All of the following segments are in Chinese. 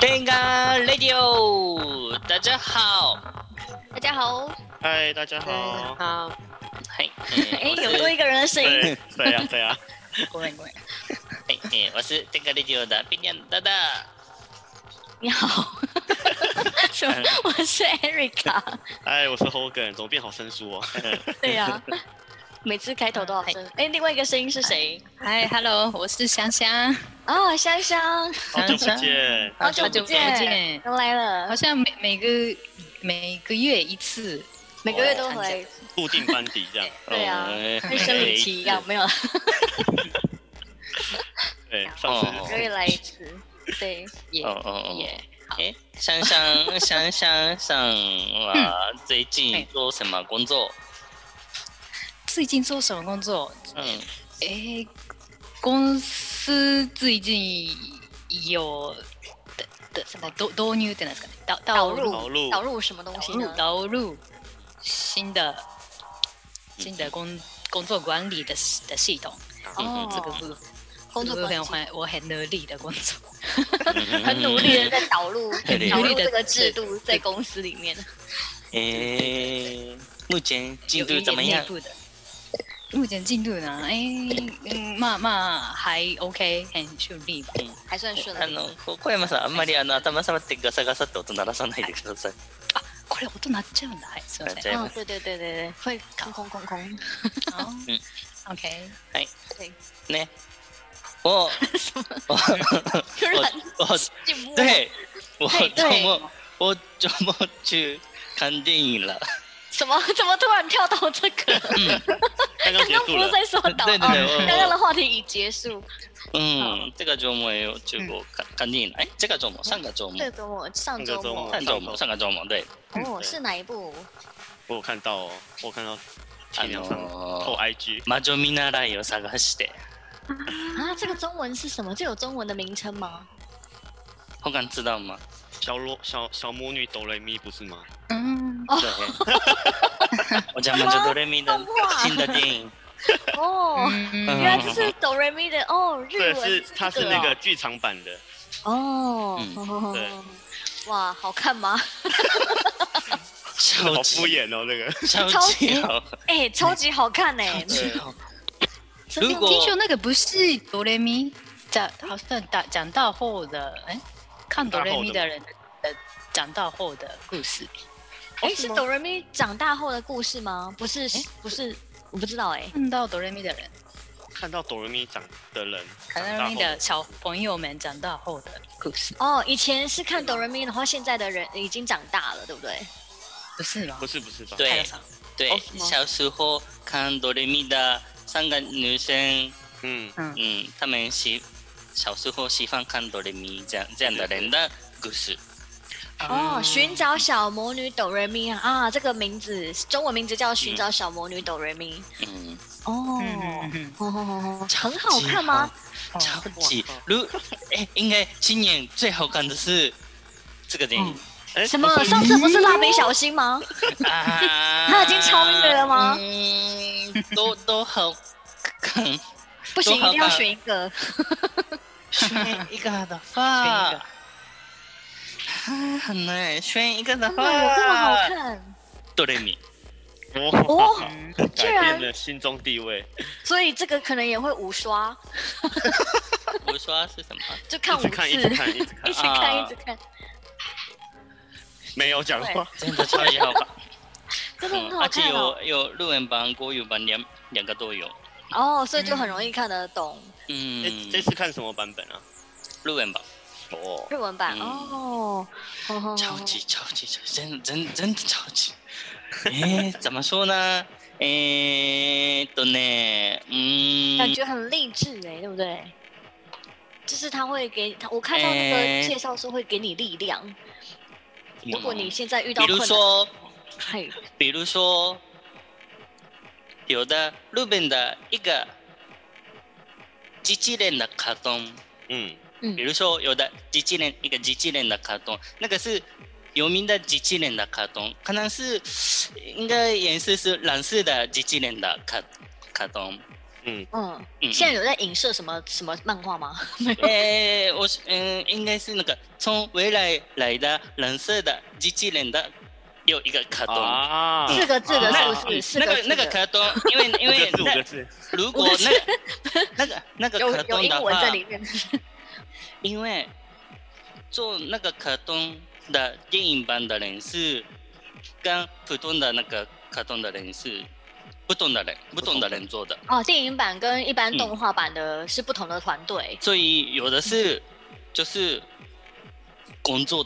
天干 Radio，大家好，大家好，嗨，大家好。好，嘿，哎、哎有多一个人的声音，对对呀对啊呀，过来过来，哎哎，我是天干 Radio 的冰凉大大，你 好，什么？我是 Erica，哎，我是 Hogan，怎么变好生疏哦？对呀、每次开头都好声。哎、另外一个声音是谁？嗨，Hello，我是香香，啊，香香， 好久不见，好久不见，又来好了，像每每个每个月一次，每个月都回，固定班底这样。 对啊哎跟生理期一样，没有 啦，对，上每次个月来一次。对，耶哦哦哦耶，哎，香香香香上哇，最近嘿做什么工作？最近做什么工作？嗯，哎，公司最近有的的什么導導入ってなんですかね？導导導入入导入导入什么东导西入呢？导入新的新的工工作管理的系的系统，嗯这个哦，是工作这个关很系，很我很努力的工作。很努力的在导入对对导入努力地这个制度在公司里面。哎，目前进度有一点怎么样内？部的目前进度呢？哎、嗯，まあまあ还 OK，很顺利吧。还算顺あ利。のこ小山さんあんまりあの頭触ってガサガサって音鳴らさないでください。これ音鳴っちゃうんだ。はい、すみま鳴っせちゃい嗯ん。ま，す。对对对对对，会空空空空。あー OK，ね。我我突然我静默。对，我嘿周对末我周末去看电影了。什么？ 怎么突然跳到这个？刚刚刚结哎刚束不是了，在说导对对哦，对，刚刚我的话题已结束。嗯，这个周末有去过看看电影了。哎，这个周末，上个周末这，个周末，上周上周末末上周末，上个周末，对，哦，对是哪一部？我有看到哦，我有看到あ天亮上哦透のー IG，魔女見習いを探して。啊，这个中文是什么？这有中文的名称吗？后敢知道吗？小罗小小魔女哆来咪不是吗？嗯，对，我讲魔女哆来咪的新的电影。哦，嗯原来这是哆瑞咪的哦，日对，文是这它是哦那个剧场版的，哦嗯哦对。哇，好看吗？超好级敷衍哦，那个。 超超级级好，哎，超级好看哎！真的嗯如果听说那个不是哆来咪，讲好像讲讲到后的，哎、看哆来咪的人的讲到后的故事。哎，是哆瑞咪长大后的故事吗？不是，不是，我不知道哎。看到哆来咪的人，看到哆来咪长的人，哆来咪的小朋友们长大后的故事，哦，以前是看哆瑞咪的话，现在的人已经长大了，对不对？不是吗不？是不是吧？对太少对哦，什么小时候看哆来咪的三个女生，嗯，嗯，她们喜小时候喜欢看哆来咪这样这样的人的故事，哦，寻找小魔女哆瑞咪啊啊，这个名字中文名字叫《寻找小魔女哆瑞咪》嗯，哦。嗯嗯嗯哦哦哦，哦很好看吗？哦超级哇靠如哎，应该今年最好看的是这个电影哎什么？上次不是蜡笔小新吗？ 啊，它已经超越了吗嗯，都都好看，不行，多好一定要看选一个。选一个的话，选一个啊很难选一个的真的话，有这么好看？哆来咪。哦，嗯改变了心中地位，所以这个可能也会五刷，我说是 什么？就看一五次，直看一直看一直 看，一直看，啊一直看，没有讲话，真的超级好看，真的嗯很而好且看哦。有有日文版、国语版两两个都有。哦，所以就很容易看得懂这嗯，哎这次看什么版本啊？日文版哦，日文版嗯哦。哦哦超级超级超级，真真真的超级。哎，怎么说呢？えーっとね、嗯，感觉很励志哎、对不对？就是他会给他，我看到那诶个介绍说会给你力量。如果你现在遇到比如困难，说，嘿，比如说，有的日本的一个机器人的卡通，嗯，嗯比，如说有的机器人一个机器人的卡通，那个是有名的机器人的卡通，可能是应该也是是蓝色的机器人的卡卡通，嗯，嗯，嗯现在有在影射什么什么漫画吗？えー、おし、うん、应该是那个从未来来的蓝色的机器人的有一个卡通。啊四个字的啊是不是？四那个个字那个的卡通，因为因五个为字五那个字，如果那个那个那个有卡有通英的文在话，里面。因为做那个卡通的电影版的人是跟普通的那个卡通的人是不同的人，不同的人做的，哦，电影版跟一般嗯动画版的是不同的团队。所以有的是就是工作，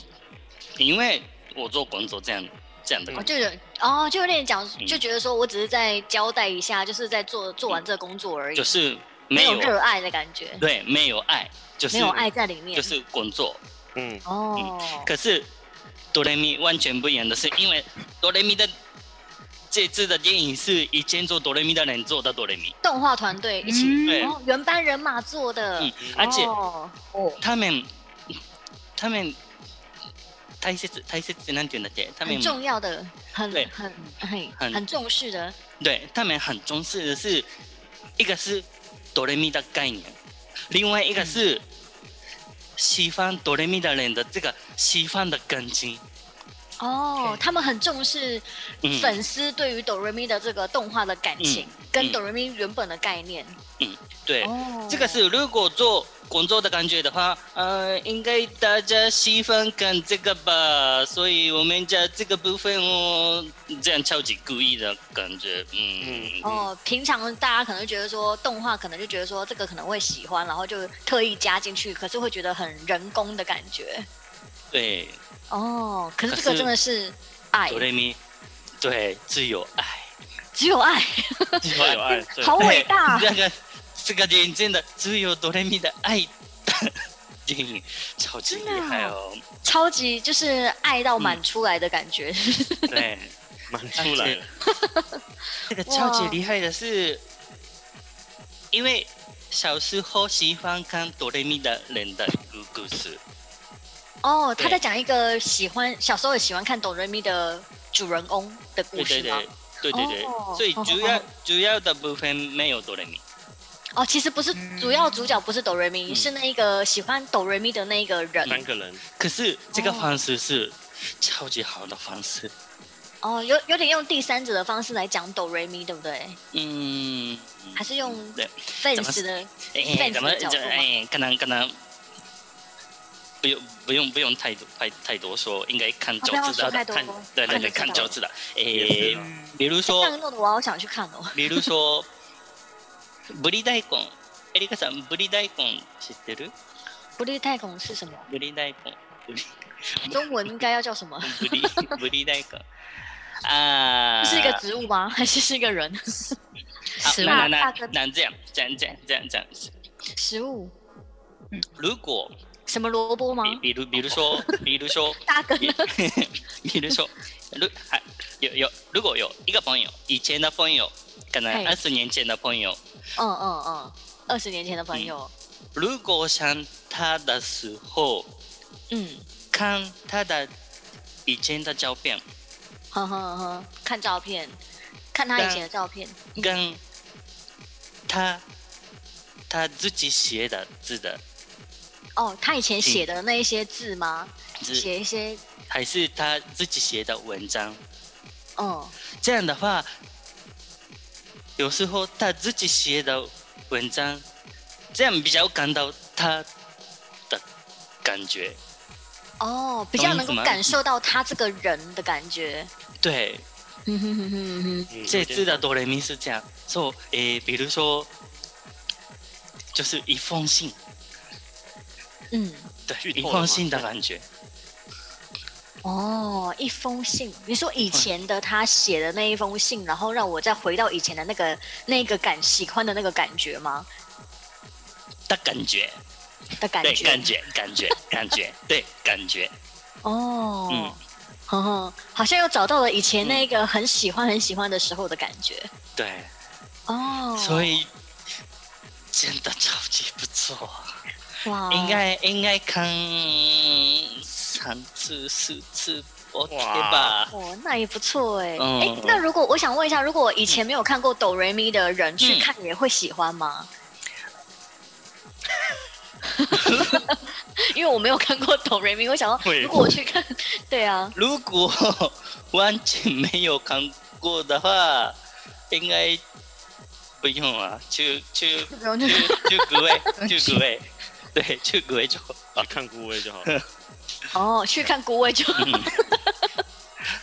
因为我做工作这样这样的哦，工作，就有哦，就有点讲，嗯就觉得说我只是在交代一下，就是在做做完这个工作而已就，是没没有有热爱的感觉，对没有爱，就是没有爱在里面。就是工作。嗯，哦，可是哆来咪完全不一样的是，因为哆来咪的这次的电影是以前做哆来咪的人做的哆来咪，动画团队一起，对嗯哦，原班人马做的嗯，，而且哦，他们他们大切大切なんて言うんだっけ？他很们重要的，很对很很很很重视的，对他们很重视的是，一个是哆来咪的概念，另外一个是西方哆来咪的人的这个西方的根基。哦 OK，他们很重视嗯粉丝对于哆瑞咪的这个动画的感情，跟哆瑞咪原本的概念。嗯对，哦这个是如果做工作的感觉的话，呃，应该大家喜欢看这个吧，所以我们在这个部分哦，这样超级故意的感觉，嗯，哦，平常大家可能觉得说动画，可能就觉得说这个可能会喜欢，然后就特意加进去，可是会觉得很人工的感觉。对，哦，可是这可个是真的是爱哆，来咪，对，自由爱，只有爱，自最嗯有 爱，最有好伟大啊。那个这个电影真的只有哆来咪的爱的电影，超级厉害哦，超级就是爱到满出来的感觉。对。蛮出来 了，这个超级厉害的是，因为小时候喜欢看哆来咪的人的故故事，哦，他对在讲一个喜欢小时候也喜欢看哆瑞咪的主人翁的故对对事吗对？对对对，哦所以好好主要好主要的部分没有哆来咪，哦，其实不是嗯主要主角不是哆瑞咪，嗯是那一个喜欢哆瑞咪的那一个人。三个人，可是这个哦方式是超级好的方式，哦，有有点用第三者的方式来讲哆瑞咪，对不对？嗯，还是用对， fans 的哎， fans 咱们的角就度吗哎，可能可能。不用不用不用太多太太多说，应该看就不要知道说的，太多看对对对，看就知看道就知道。也诶是啊，比如这说，样弄得我好想去看哦。 比如说，ブリ大根。エリカさん、ブリ大根知ってる不利太空是什么？ブリ大根。中文应该要叫 什么？ ブリ、ブリ大根。あー。是一个植物吗？ 还是是一个人？食物あなな大大な根なん这样、这样、这样、这样、这样。食物？如果、什么萝卜吗？比比如、比如说、比如说、大根？ 比比如说、如はい有有如果有一个朋友，以前的朋友，可能はい二十年前的朋友，嗯嗯嗯，二十年前的朋友。如果想他的时候，嗯，看他的以前的照片，呵呵呵，看照片，看他以前的照片。跟他他自己写的字的哦，他以前写的那一些字吗？字，写一些，还是他自己写的文章。嗯，这样的话，有时候他自己写的文章，这样比较感到他的感觉。哦，比较能够懂意思吗感受到他这个人的感觉。对，哼哼哼哼哼嗯这次的哆来咪是这样。说，诶，比如说，就是一封信，嗯，对，剧一透了封吗信的感觉。哦，一封信，你说以前的他写的那一封信，然后让我再回到以前的那个那个感喜欢的那个感觉吗？的感觉，的感对，觉，感觉，感觉，感觉，对，感觉，哦，嗯。呵呵，好像又找到了以前那个很喜欢很喜欢的时候的感觉。对，哦，所以真的超级不错，哇，应该应该看三次四次吧， OK 吧？哦，那也不错哎、嗯哎、那如果我想问一下，如果以前没有看过哆瑞咪的人嗯去看，也会喜欢吗？ 因为我没有看过哆瑞咪，我想要会如果我去看，对啊，如果完全没有看过的话，应该不用啊，去去不用去去去各位，去各位，对，去各位就好啊，看顾位就好。 哦，去看古伟就嗯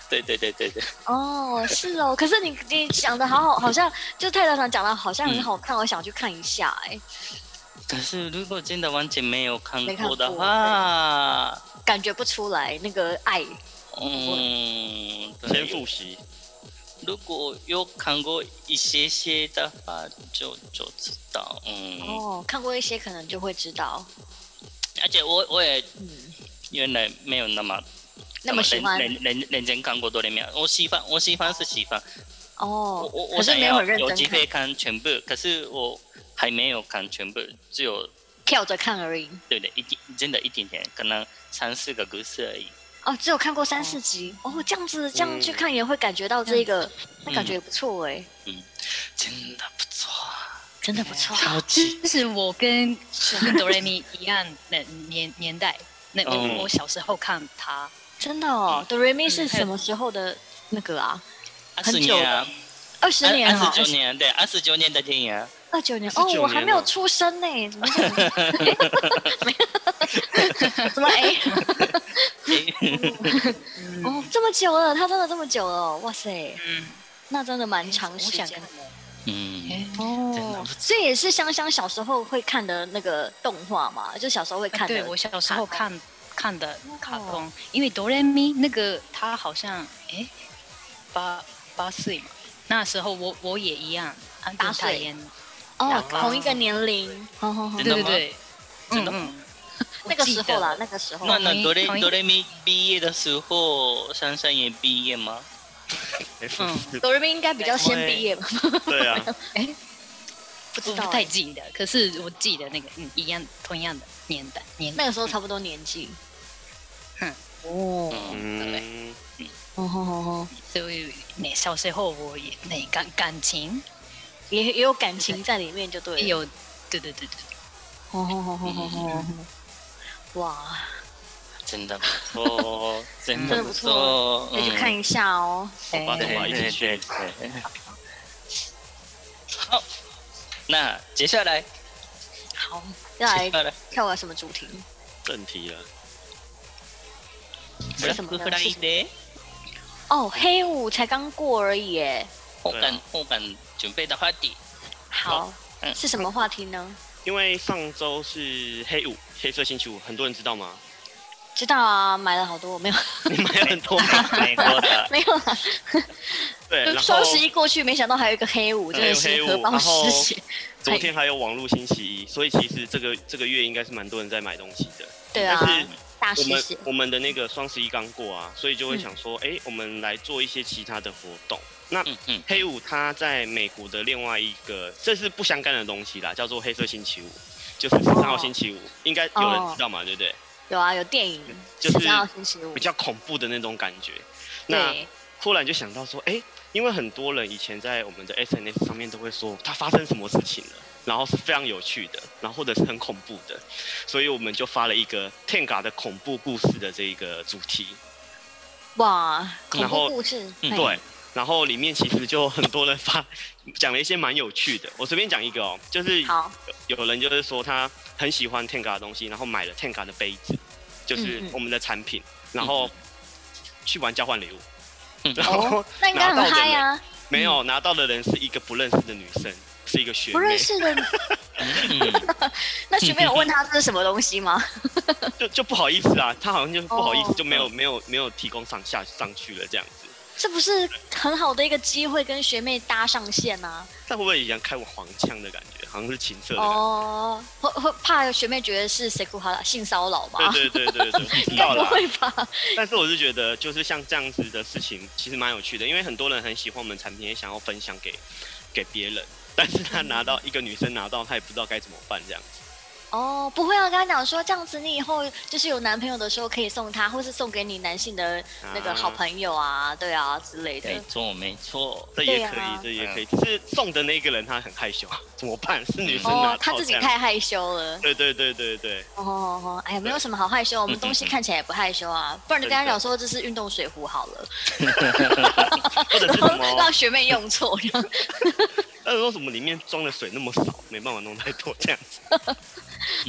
对对对对对， 哦，是哦。可是你你讲的好好，好像就太太长讲的好像嗯很好看，我想去看一下哎、可是如果真的完全没有看没看过的过话，感觉不出来那个爱嗯，先对复习，如果有看过一些些的话，就就知道，嗯，哦，看过一些可能就会知道，而且我我也嗯，原来没有那么那么喜欢认认认认真看过多里面，我喜欢我喜欢是喜欢，我哦，我我可是想没有要很认有机真看会，看全部，可是我还没有看全部，只有跳着看而已。对不对？一点真的一点点，可能三四个故事而已。哦，只有看过三四集哦，这样子这样去看也会感觉到这个，那感觉也不错哎，真的不错，真的不错。超级就是我跟我跟哆瑞咪一样的年年代，那我、嗯我小时候看他，真的哦，哆瑞咪是嗯还什有么时候的那个啊？二很十久年啊，二十年二啊，十九年，对，二十九年的电影啊，二九年29哦，我年还没有了出生呢，怎么可能？没有，怎么哎？嗯哦，这么久了，他真的这么久了哦，哇塞，嗯，那真的蛮长我时想间的。看的，嗯，哎真的哦不，所以也是香香小时候会看的那个动画嘛，就小时候会看啊对的我。小时候卡看看的卡通，因为哆瑞咪那个他好像哎八八岁嘛，那时候我我也一样，安八定泰岁妍，哦两，个同一个年龄，好好好真的对对吗对，真的嗯嗯我那个记时得候啦，那个时候。那那同一哆瑞同一哆瑞咪毕业的时候，珊珊也毕业吗？先复习。哆瑞咪应该比较先毕业吧？对啊，不知我道不欸、太记得，可是我记得那个嗯一样同样的年代年代那个时候差不多年纪。嗯哦，嗯， 嗯，哦吼吼吼，所以那小时候我也那感感情也也有感情在里面，就对了。也有，对对对对，吼，吼吼吼吼吼嗯吼哇，真的不错，真的不错，那就嗯看一下哦。好吧，对好吧，一对起去。对对。好，那接下来，好，要来接下来跳个什么主题？正题了， b l a 是 c 什么 k 呢 Friday，哦，黑五才刚过而已耶。后对啊感后感准备的话题，好，嗯是什么话题呢？因为上周是黑五，黑色星期五，很多人知道 吗？知道啊，买了好多， 没有你买很多吗？美国的没有啦。对，然后双十一过去，没想到还有一个黑五，真的还是有黑荷五包然后失 血。昨天还有网络星期一，所以其实这个这个月应该是蛮多人在买东西的。对啊嗯但，大是我失们血。我们的那个双十一刚过啊，所以就会想说，哎、我们来做一些其他的活动。那嗯嗯，黑五它在美国的另外一个，这是不相干的东西啦，叫做黑色星期五，哦就是十三号星期五，应该有人知道嘛，对不对？有啊，有电影，就是十三号星期五比。较恐怖的那种感觉。那对，忽然就想到说，哎、因为很多人以前在我们的 SNS 上面都会说他发生什么事情了，然后是非常有趣的，然后或者是很恐怖的，所以我们就发了一个 Tenga 的恐怖故事的这一个主题。哇，恐然后怖故事。嗯哎对，然后里面其实就很多人发 讲了一些蛮有趣的，我随便讲一个哦，就是好，有有人就是说他很喜欢 Tenga 的东西，然后买了 Tenga 的杯子，就是嗯嗯我们的产品，然后去玩交换礼物，嗯然后、那应该拿很到的嗨啊！ 没有拿到的人是一个不认识的女生，是一个学妹，不认识的，嗯那学妹有问他这是什么东西吗？ 就就不好意思啊，她好像就是不好意思，哦就没有没有没有提供上下上去了这样子，这不是很好的一个机会跟学妹搭上线啊？这会不会也像开我黄腔的感觉，好像是情色的感觉。哦，会会怕学妹觉得是谁哭哈啦性骚扰吗？对对对对对，我知应该道不啦。 会吧？但是我是觉得，就是像这样子的事情，其实蛮有趣的，因为很多人很喜欢我们产品，也想要分 享给给别人。但是他拿到一个女生拿到，他也不知道该怎么办，这样哦，不会啊，跟他讲说这样子，你以后就是有男朋友的时候可以送他，或是送给你男性的那个好朋友啊，对啊之类哎的。没错没错，这对也啊可以，这也可以。只是送的那个人他很害羞， 怎么办？是女生拿哦到，他自己这样。太害羞了。对对对 对对，哦哦，哦哎呀，没有什么好害羞，嗯我们东西看起来也不害羞啊，不然就跟他讲说这是运动水壶好了，或者然是什后么？让学妹用错这样。那时候什么里面装的水那么少，没办法弄太多这样 子。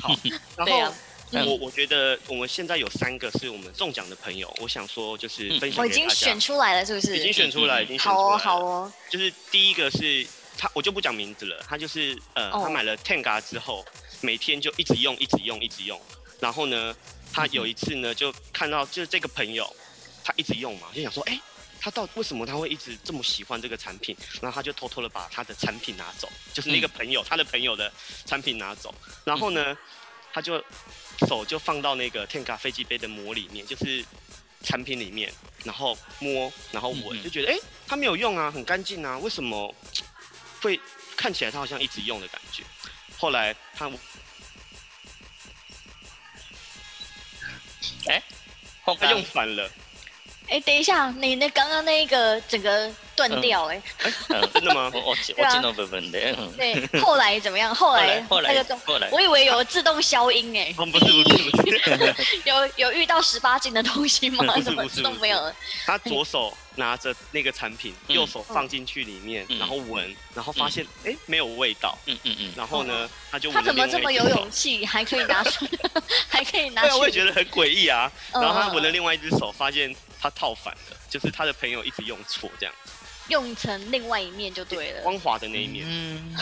好，然对啊后。我我觉得我们现在有三个是我们中奖的朋友，我想说就是分享我给大已家。经选出来了，是不是？已经选出嗯来，已经选嗯好出来哦，了。好哦，就是第一个是他，我就不讲名字了。他就是呃，哦他买了 Tenga 之后，每天就一直用，一直用，一直用。然后呢，他有一次呢，就看到就是这个朋友，他一直用嘛，就想说，哎、他到底为什么他会一直这么喜欢这个产品？然后他就偷偷的把他的产品拿走，就是那个朋友、他的朋友的产品拿走。然后呢，他就手就放到那个 Tenga 飞机杯的膜里面，就是产品里面，然后摸，然后嗯闻，嗯就觉得哎、诶它没有用啊，很干净啊，为什么会看起来它好像一直用的感觉？后来他他他用反了，哎，等一下，你那刚刚那一个整个断掉，嗯哎，真的 吗？我我ち对啊我ちの部分で、うん对，后来怎么 样？后后来来后那来个动后来我以为有自动消音哎、哦，不是不是不是， 有有遇到十八禁的东西吗 不？是怎么不是都没有了？他左手拿着那个产品，嗯右手放进去里面，嗯然后闻，然后发现哎、诶没有味道，嗯嗯嗯，然后呢他就他怎闻了么另这外么一只有手勇气，还可以拿 出， 还可以拿对去？啊，我也觉得很诡异啊。嗯然后他闻了嗯另外一只手，发现他套反了，就是他的朋友一直用错这样，用成另外一面就对了。光滑的那一面。嗯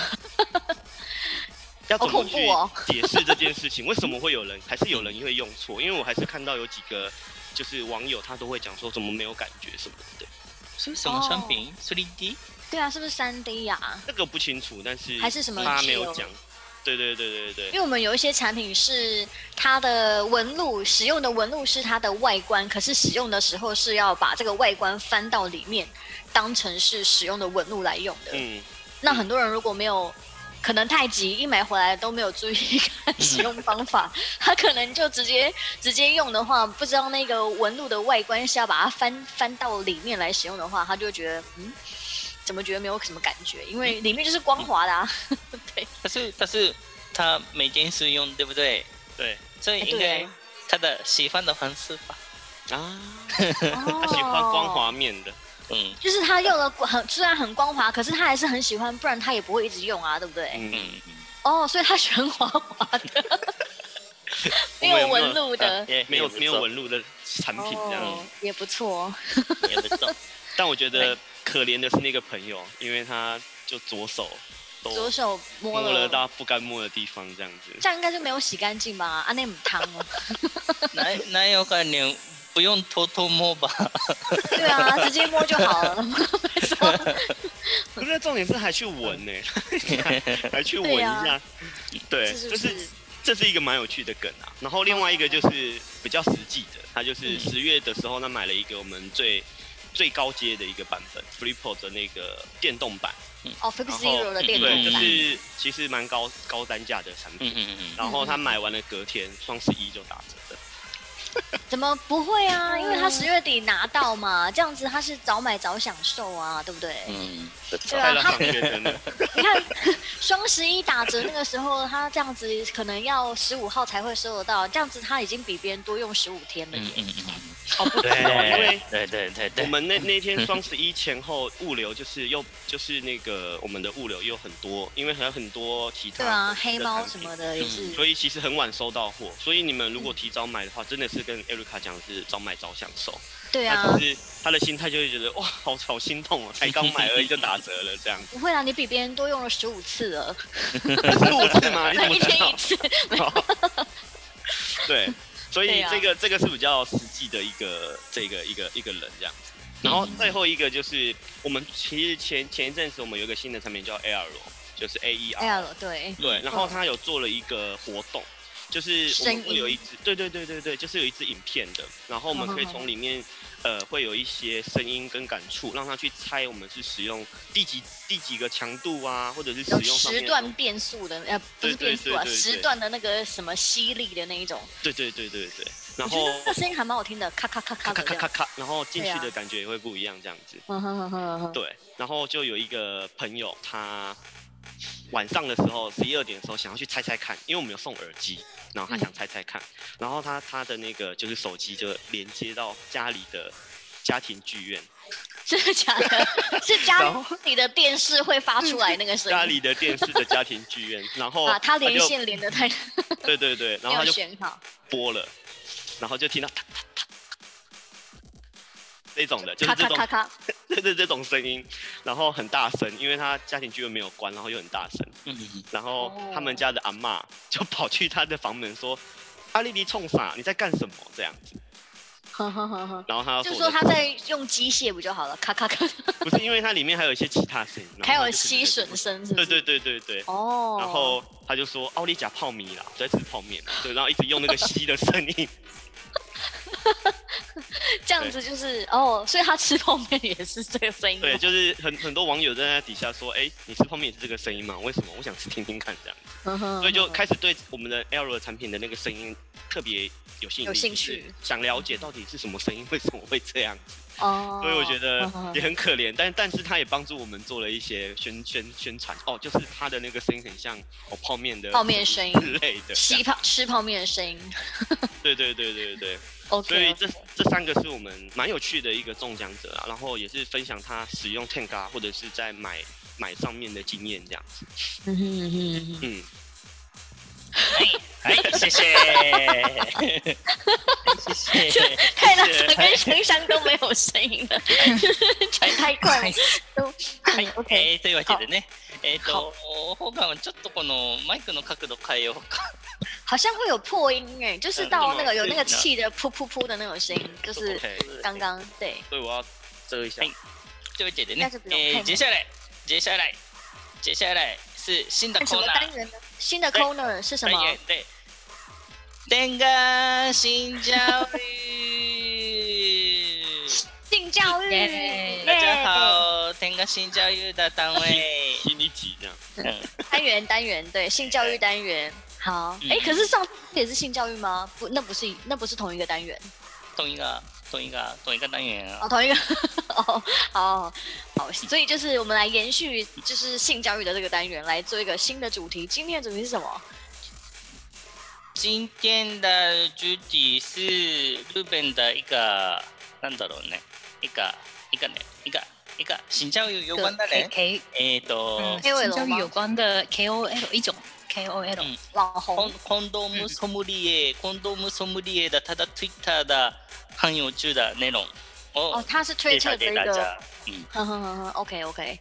要怎好么恐去怖哦解释这件事情？为什么会有人 还是有人会用错？因为我还是看到有几个就是网友他都会讲说怎么没有感觉什么的，是什么商品？3D？对啊，是不是三 D 呀？这个不清楚，但是还是什么他没有 gel 讲。对对对对因对，为我们有一些产品是它的纹路，使用的纹路是它的外观，可是使用的时候是要把这个外观翻到里面，当成是使用的纹路来用的。嗯，那很多人如果没有，可能太急，一买回来都没有注意 看嗯使用方法，他可能就直接直接用的话，不知道那个纹路的外观是要把它翻翻到里面来使用的话，他就会觉得嗯，怎么觉得没有什么感觉？因为里面就是光滑的啊。但是但是他每天使用对不对？对所以应该对，啊他的喜欢的方式吧。哦啊，他 他喜欢光。滑面的，嗯就是他用了光很虽然很光滑，可是他还是很喜欢，不然他也不会一直用啊，对不对？嗯，嗯，哦，所以他喜欢滑滑的， 没有纹路的啊，也没有没有文纹路的产品啊这样。哦，也不错。也不错。但我觉得可怜的是那个朋友，因为他就左手都左手摸摸了，了到不该摸的地方，这样子。这样应该就没有洗干净吧？啊，那很烫哦。哪哪有概念？不用偷偷摸吧？对啊，直接摸就好了。没错可是重点是还去闻呢、还去闻一对啊下。对，这是就不是是？这是一个蛮有趣的梗啊。然后另外一个就是比较实际的，它嗯就是十月的时候，他买了一个我们最最高阶的一个版本 f r e e p o 的那个电动版，哦，Fix Zero 的电嗯对，动就版。是其实蛮高高单价的产嗯品。嗯嗯然后他买完了，隔天双十一就打折的。怎么不会啊？因为他十月底拿到嘛，这样子他是早买早享受啊，对不对？嗯，不错对啊快乐上学生的，你看双十一打折那个时候，他这样子可能要十五号才会收得到，这样子他已经比别人多用十五天了嗯耶。嗯嗯，哦，不对止哦，因为对对对我对，们那那天双十一前后物流就是又就是那个我们的物流又很多，因为还有很多其他对啊的，黑猫产什品么的也是。所以其实很晚收到货，所以你们如果提早买的话，真的是跟艾瑞卡讲是早买早享受。对那啊，就是他的心态就会觉得哇，好好心痛哦，才刚买而已就打折了 。这样不会啊，你比别人多用了十五次 了，十五次吗？你对，怎么一知天一道？ 次。对，所对以啊这个、这个是比较实际的一个这个一个一个人这样子。然后嗯最后一个就是我们其实前前一阵子我们有一个新的产品叫 Air，就是 A E R。哎呀，对，对，然后他有做了一个活动，就是嗯我声音嗯们会有一支，对对对对对，就是有一支影片的，然后我们可以从里面呃，会有一些声音跟感触，让他去猜我们是使用第几第几个强度啊，或者是使有用上时面哦段变速的，呃，不是变对对速啊，对对对时段的那个什么吸力的那一种，对对对对对，我然觉后得那声音还蛮好听的，咔咔咔咔的咔咔这咔咔样。咔，然后进去对的啊感觉也会不一样，这样子。嗯哼哼哼哼，对，然后就有一个朋友，他晚上的时候十一二点的时候想要去猜猜看，因为我们有送耳机，然后他想猜猜看，然后他他的那个就是手机就连接到家里的家庭剧院，真的假的？ 是家里的电视会发出来那个声音。家里的电视的家庭剧 院，然后啊，他连就线连的太 对对对，然没后他有就选好，播了，然后就听到咔咔咔那种的，就是咔这咔种咔咔，就是 这种声音，然后很大声，因为他家庭剧院没有关，然后又很大声。嗯然后哦他们家的阿嬷就跑去他的房门说：“阿丽丽冲啥？你在干什么？”这样子，哼哼哼哼，然后他就说说他在用机械不就好了？咔咔咔，不是因为它里面还有一些其他声音，然后还他有就是吸吮声，是不对是？对对对对。哦，然后他就说：“奥利甲泡米啦，我在吃泡面。”对，然后一直用那个吸的声 音， 这样子就是哦，所以他吃泡面也是这个声音吗。对，就是很很多网友在那底下说：“哎，你吃泡面也是这个声音吗？为什么？我想吃听听看这样。”嗯哼，所以就嗯哼开始对我们的 Arrow 产品的那个声音特别有兴有趣，兴就是趣想了解到底是什么声音，为什么会这样。哦，所以我觉得嗯哼也很可怜，但但是他也帮助我们做了一些宣宣宣传哦，就是他的那个声音很像哦泡面的泡面声音之类的，吸泡吃泡面的声音对对对对 对，所以，OK，这这三个是我们蛮有趣的一个中奖者啊，然后也是分享他使用 Tenga 或者是在买买上面的经验这样，嗯哼嗯哼嗯哼嗯，はい、谢谢。谢谢。太大声跟声商都没有声音了， 讲太快了，都はい、 OK。えーというわけでね、えっ、と、ホーガンはちょっとこのマイクの角度変えようか。好像会有破音哎，嗯就是到那个有那啊个气的噗噗噗的那种声音，就对是刚刚对，所以我要遮一下はい。というわけでね大丈夫、よえはー、い接下来、接下来、接下来是新的看什コ么ーナー单。元呢？新的对 corner 是什么？对对，天が死んじゃうよ。性教育，耶大家好，天が死んじゃうよ的单位。心里挤这样，单元单元对性教育单元。好，嗯哎、可是上次也是性教育吗？不，那不是那不是同一个单元同一个，同一个，同一个单元啊哦，。同一个 哦，好好，所以就是我们来延续就是性教育的这个单元来做一个新的主题。今天的主题是什么？今天的主题是日本的一个，なんだろうね、一个一个ね、一个一个死んじゃうよ有关的哦跟ね。 K えっと嗯， K O L 性教育吗有关的 KOL 一种 KOL，嗯网コン红コンドームソムリエ、コンドームソムリエだ、ただ Twitter だ、汎用中だ、ネロンを哦，他是推介绍特的给一大个，家。嗯， 呵呵呵呵，OK OK。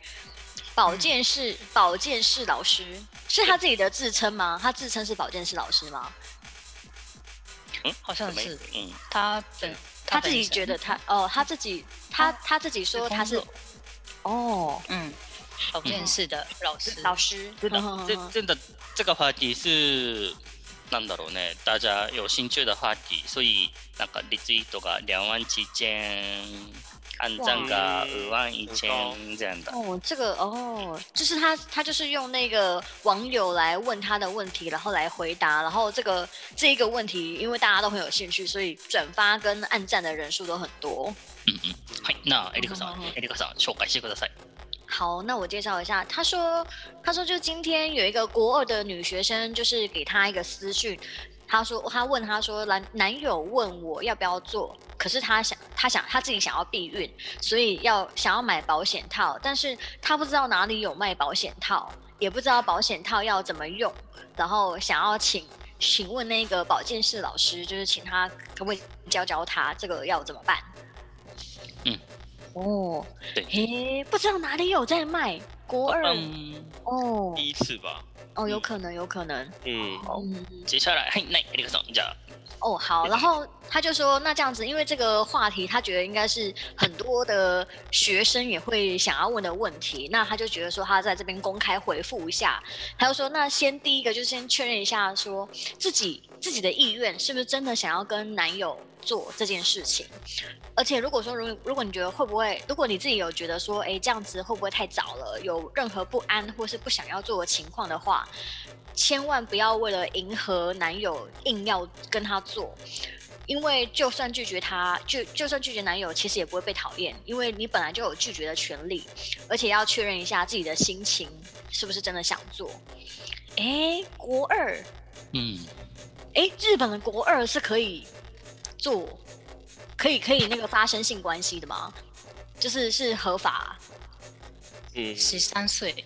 保健室保健室老师是他自己的自称吗？他自称是保健室老师吗？好像是嗯，他本他自己本身觉得他哦，他自己他他自己说他是工作哦嗯，保健室的老师老师，真的嗯，这真的这个话题是，なんだろうね、大家有兴趣的话题，所以なんかリツイートが两万七千，按赞が五万一千这样的。哦，这个哦，就是他，他就是用那个网友来问他的问题，然后来回答，然后这个这一个问题，因为大家都很有兴趣，所以转发跟按赞的人数都很多。嗯嗯，はい、那エリカさうんんうんうん、エリカさん紹介してください。好，那我介绍一下。他说，他说就今天有一个国二的女学生，就是给他一个私讯，他说他问他说男男友问我要不要做，可是他想他想他自己想要避孕，所以要想要买保险套，但是他不知道哪里有卖保险套，也不知道保险套要怎么用，然后想要请。请问那个保健室老师，就是请他可不可以教教他这个要怎么办？嗯，哦，对诶，不知道哪里有在卖国二、嗯，哦第一次吧，哦，有可能，有可能，嗯，嗯，接下来はい、ないエリカさん、じゃあ。哦，好，然后他就说，那这样子，因为这个话题，他觉得应该是很多的学生也会想要问的问题，那他就觉得说，他在这边公开回复一下，他就说，那先第一个就是先确认一下说自己自己的意愿是不是真的想要跟男友做这件事情。而且如果说，如如果你觉得会不会，如果你自己有觉得说，哎，这样子会不会太早了，有任何不安或是不想要做的情况的话，千万不要为了迎合男友硬要跟他做。因为就算拒绝他，就就算拒绝男友，其实也不会被讨厌，因为你本来就有拒绝的权利，而且要确认一下自己的心情是不是真的想做。哎，国二，嗯，哎，日本的国二是可以做，可以可以那个发生性关系的吗？就是是合法，嗯，十三岁，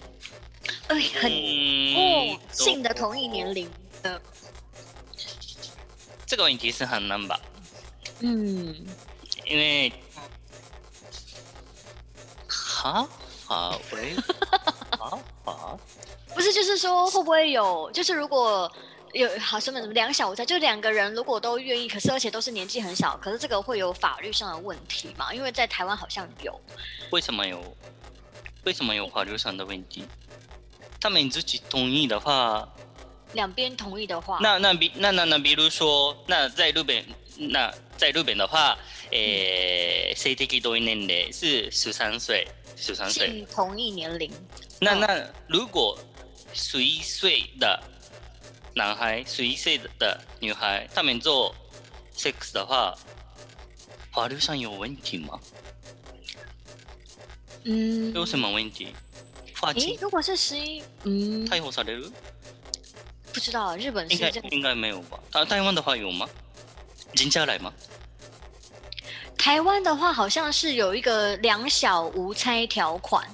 哎，很嗯哦，，性的同一年龄的，这个问题是很难吧？嗯，因为，哈哈喂，哈哈，不是，就是说会不会有，就是如果有好什么什么两小无猜，就两个人如果都愿意，可是而且都是年纪很小，可是这个会有法律上的问题嘛？因为在台湾好像有，为什么有为什么有法律上的问题？他们自己同意的话，两边同意的话，那那比那那那，比如说，那在日本，那在日本的话，诶、性的同意年齢是十三岁，十三岁。性同意年龄，那那如果十一岁的男孩、十一岁的女孩，他们做 sex 的话，法律上有问题吗？嗯，有什么问题？罚诶金？如果是十一，嗯，逮捕される？不知道日本应是该这样，应该没有吧？啊，台湾的话有吗？人家来吗？台湾的话好像是有一个两小无猜条款。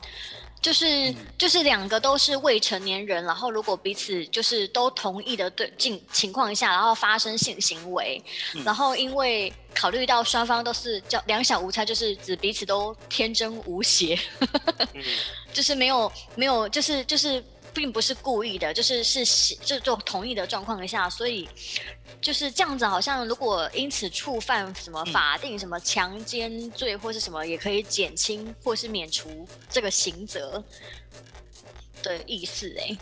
就是嗯就是两个都是未成年人，然后如果彼此就是都同意的对境情况下，然后发生性行为，嗯然后因为考虑到双方都是叫两小无猜，就是指彼此都天真无邪，嗯就是没有没有就是就是并不是故意的，就是是喜就就同意的状况下，所以就是这样子，好像如果因此触犯什么嗯法定什么强奸罪或是什么，也可以减轻或是免除这个刑责的意思、欸，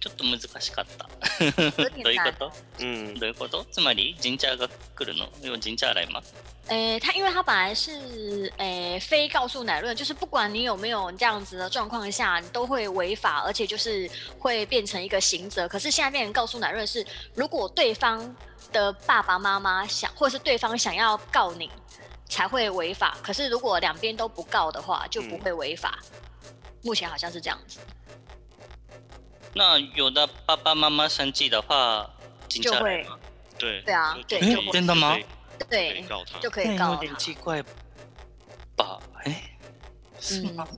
ちょっと難しかった。哎，有どう点いうこ难。と？ 嗯，どういうこと？つまり神社が来るの？要神社来吗？诶，他因为他本来是诶非告诉乃论，就是不管你有没有这样子的状况下，你都会违法，而且就是会变成一个刑责。可是现在变成告诉乃论是，如果对方的爸爸妈妈想，或者是对方想要告你，才会违法。可是如果两边都不告的话，就不会违法。目前好像是这样子，那有的爸爸妈妈生气的话，警察来吗？对对啊对诶就会真的吗？对，可以对，告他就。可以告有点他。奇怪吧？哎、是嗯吗？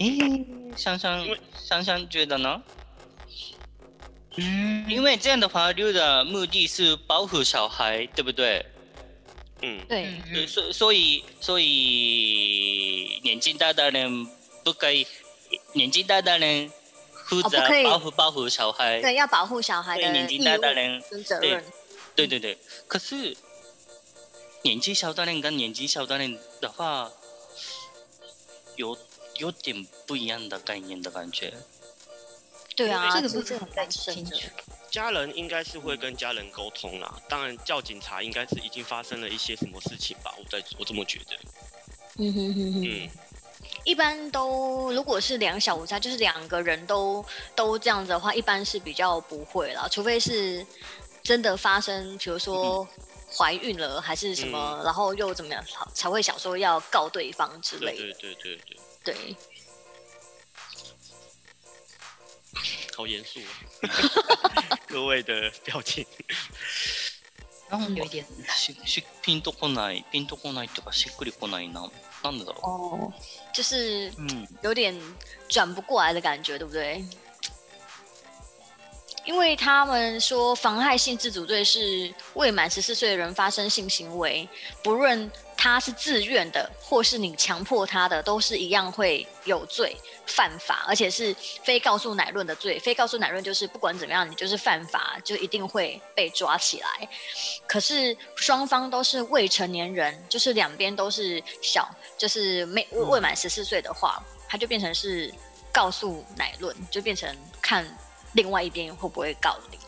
诶、香香因为香香觉得呢？嗯，因为这样的法律的目的是保护小孩，对不对？嗯，对，嗯嗯所、所以所以年纪大的人不可以，年纪大的人负责哦不可以保护保护小孩，对，要保护小孩对的年义纪务大的人跟责任。对对对，可是年纪小的人跟年纪小的人的话，有有点不一样的概念的感觉。对啊，这个不部是分很不太难深清的楚。家人应该是会跟家人沟通啦。当然叫警察应该是已经发生了一些什么事情吧，我在我这么觉得。嗯哼哼哼。嗯，一般都如果是两小无猜，就是两个人都都这样子的话，一般是比较不会啦，除非是真的发生，比如说怀孕了还是什么，然后又怎么样才才会想说要告对方之对类的。对对对对，对，好严肃、哦， 各位的表情。なんか有点嗯ししピンとこない、ピンとこないとかしっくりこないな。なんでだろ哦，就是う。うん。有点转不过来的感觉，对不对？因为他们说妨害性自主罪是未满十四岁的人发生性行为，不论他是自愿的或是你强迫他的，都是一样会有罪犯法，而且是非告诉乃论的罪。非告诉乃论就是不管怎么样，你就是犯法，就一定会被抓起来。可是双方都是未成年人，就是两边都是小，就是没未未满十四岁的话，他就变成是告诉乃论，就变成看另外一边会不会告你。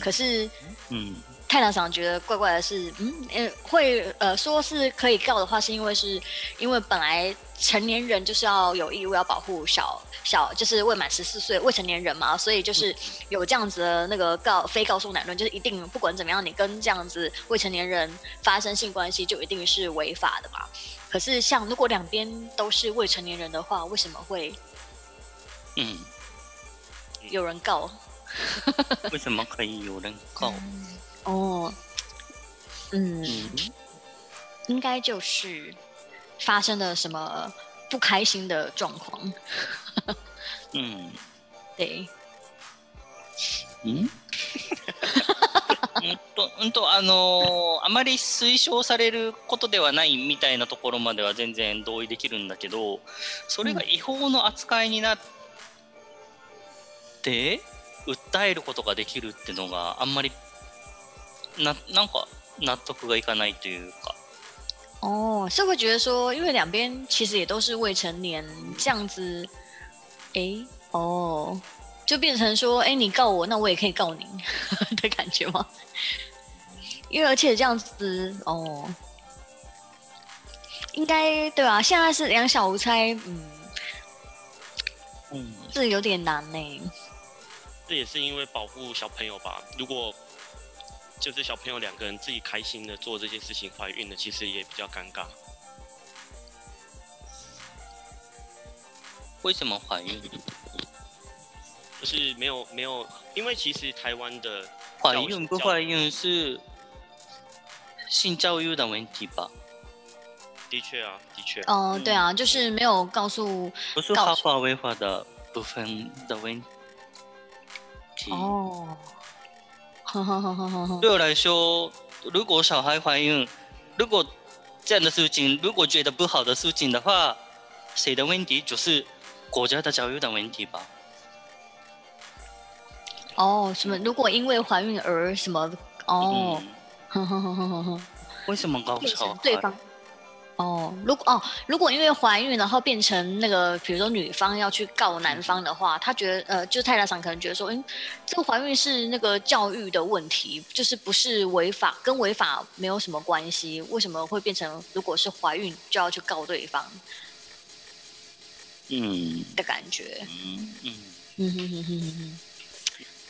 可是嗯，太郎想觉得怪怪的是，嗯，呃会呃说是可以告的话，是因为是因为本来成年人就是要有义务要保护小小，就是未满十四岁未成年人嘛，所以就是有这样子的那个告非告诉乃论，就是一定不管怎么样，你跟这样子未成年人发生性关系，就一定是违法的嘛。可是像如果两边都是未成年人的话，为什么会嗯，有人告？为什么可以有人告？哦，嗯，嗯，应该就是发生了什么不开心的状况。嗯，对，うんうんと、うんと、あのーあまり推奨されることではないみたいなところまでは全然同意できるんだけど、それが違法の扱いになって、訴えることができるってのがあんまり、な、なんか納得がいかないというか。哦，是会觉得说，因为两边其实也都是未成年，这样子，诶，哦，就变成说，诶，你告我，那我也可以告你 的感觉吗？因为而且这样子，哦，应该对吧、现在是两小无猜，嗯，うん。这有点难呢、这也是因为保护小朋友吧。如果就是小朋友两个人自己开心的做这些事情，怀孕了其实也比较尴尬。为什么怀孕？就是没有没有，因为其实台湾的怀孕不怀孕是性教育的问题吧？的确啊，的确，哦、嗯对啊，就是没有告诉不是合法违法的部分的问题。哦，呵呵呵呵呵呵，嗯对我来说，如果小孩怀孕，如果这样的事情，如果觉得不好的事情的话，谁的问题就是国家的教育的问题吧？ 哦，什么？如果因为怀孕而什么？哦， 嗯，啊哼哼哼哼哼哼，为什么搞变小成孩？对方。哦，如果哦，如果因为怀孕然后变成那个，比如说女方要去告男方的话，他觉得呃，就太太长可能觉得说，嗯，这个怀孕是那个教育的问题，就是不是违法，跟违法没有什么关系，为什么会变成如果是怀孕就要去告对方嗯的感觉？嗯嗯。嗯哼哼哼哼哼，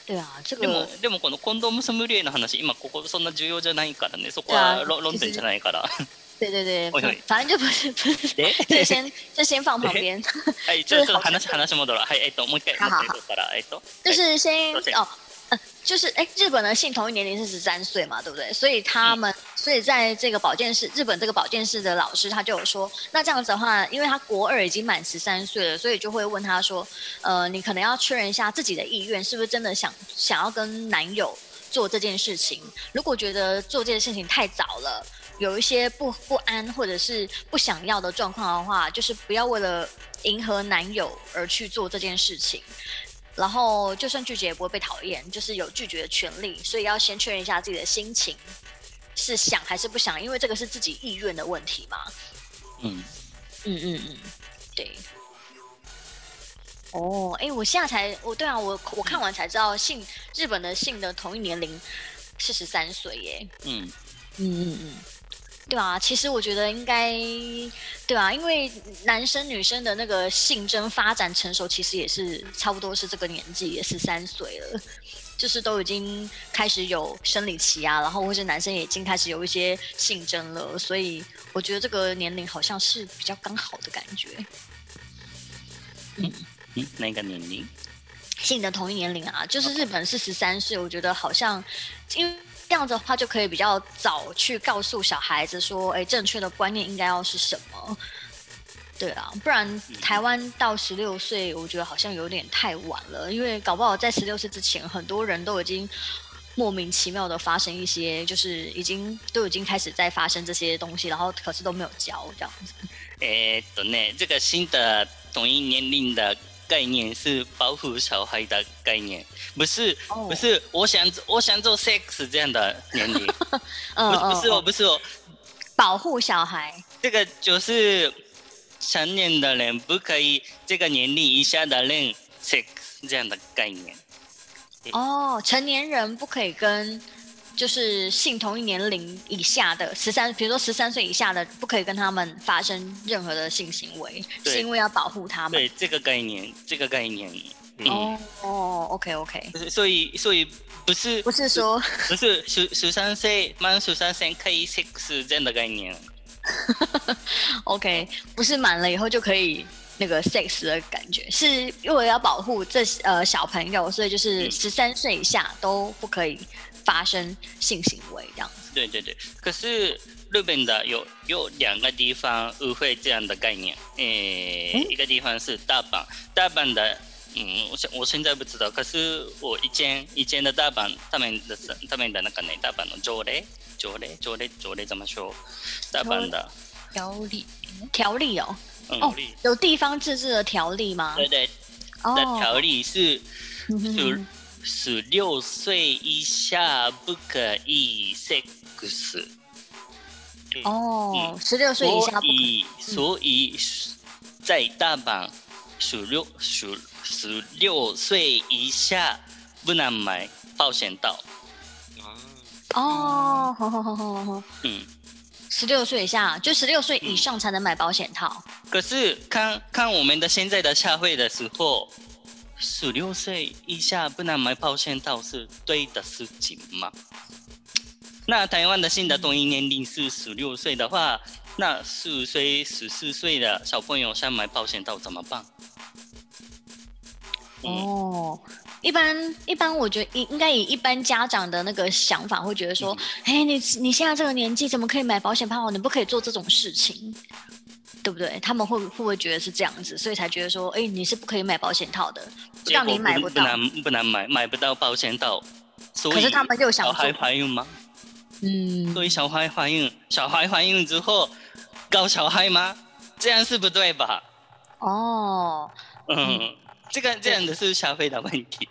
对啊，这でも个，でもこのコンドームソムリエの話、今ここそんな重要じゃないからね、そこいやは論論別点にじゃないから。 对对对，おいおい反正就不是不 是，で、就先就先放旁边。はい、ちょっと話話戻ろう。はい、えっと、もう一回、はははもう一回から、えっと、就是先对哦，呃就是哎，日本的性同意年龄是十三岁嘛，对不对？所以他们，所以在这个保健室，日本这个保健室的老师他就有说，那这样子的话，因为他国二已经满十三岁了，所以就会问他说，呃，你可能要确认一下自己的意愿，是不是真的想想要跟男友做这件事情？如果觉得做这件事情太早了。有一些不不安或者是不想要的状况的话，就是不要为了迎合男友而去做这件事情。然后就算拒绝也不会被讨厌，就是有拒绝的权利，所以要先确认一下自己的心情是想还是不想，因为这个是自己意愿的问题嘛。うん。嗯嗯嗯，对。哦，哎，我现在才，我对啊，我我看完才知道性日本的性的同一年龄是十三岁耶。うん。嗯嗯嗯，对啊，其实我觉得应该，对啊，因为男生女生的那个性征发展成熟，其实也是差不多是这个年纪，也十三岁了，就是都已经开始有生理期啊，然后或是男生也已经开始有一些性征了，所以我觉得这个年龄好像是比较刚好的感觉，ん何が年齢性的同一年龄啊，哦就是日本是十三岁，我觉得好像因为。这样子的话，就可以比较早去告诉小孩子说，哎、正确的观念应该要是什么。对啊，不然嗯台湾到十六岁，我觉得好像有点太晚了，因为搞不好在十六岁之前，很多人都已经莫名其妙的发生一些，就是已经都已经开始在发生这些东西，然后可是都没有教这样子。えーっとね、这个新的同一年龄的概念是保护小孩的概念，不是、哦不是我想我想做 sex 这样的年龄，嗯不是不是哦不是哦，保护小孩。这个就是成年的人不可以这个年龄以下的人 sex 这样的概念。哦，成年人不可以跟就是性同一年龄以下的十三，比如说十三岁以下的，不可以跟他们发生任何的性行为，对是因为要保护他们。对这个概念，这个概念，嗯，哦哦，OK OK，所以所以不是不是 说不是十十三岁满十三岁可以 sex 这样的概念， OK，不是满了以后就可以那个 sex 的感觉，是因为要保护这呃小朋友，所以就是嗯十三岁以下都不可以发生性行为这样。对对对。可是日本的有有两个地方误会这样的概念，诶、一个地方是大阪，大阪的。嗯，我现我现在不知道，可是我以前以前的大阪，他们的他们的那个呢，大阪的条例条例条例条例怎么说？大阪的条理条例哦，嗯，哦，有地方自治的条例吗？对对，哦的条例是嗯哼十十六岁以下不可以 sex。嗯哦，十六岁以下不所可以。以所以在大阪十六十十六岁以下不能买保险套。啊，哦，好好好好好，嗯，十六岁以下就十六岁以上才能买保险套。可是看看我们的现在的社会的时候。十六岁以下不能买保险套是对的事情吗？那台湾的新的同一年龄是十六岁的话，那四岁、十四岁的小朋友想买保险套怎么办？嗯，哦，一般一般，我觉得应应该以一般家长的那个想法，会觉得说，嗯哎、你你现在这个年纪怎么可以买保险套？你不可以做这种事情，对不对？他们会会不会觉得是这样子，所以才觉得说，哎、你是不可以买保险套的，结让果你买不到。能不能买买不到保险套，所以可是他们又想小做孩，怀孕吗？嗯，所以小孩怀孕，小孩怀孕之后搞小孩吗？这样是不对吧？哦，嗯，这个这样的是消费的问题。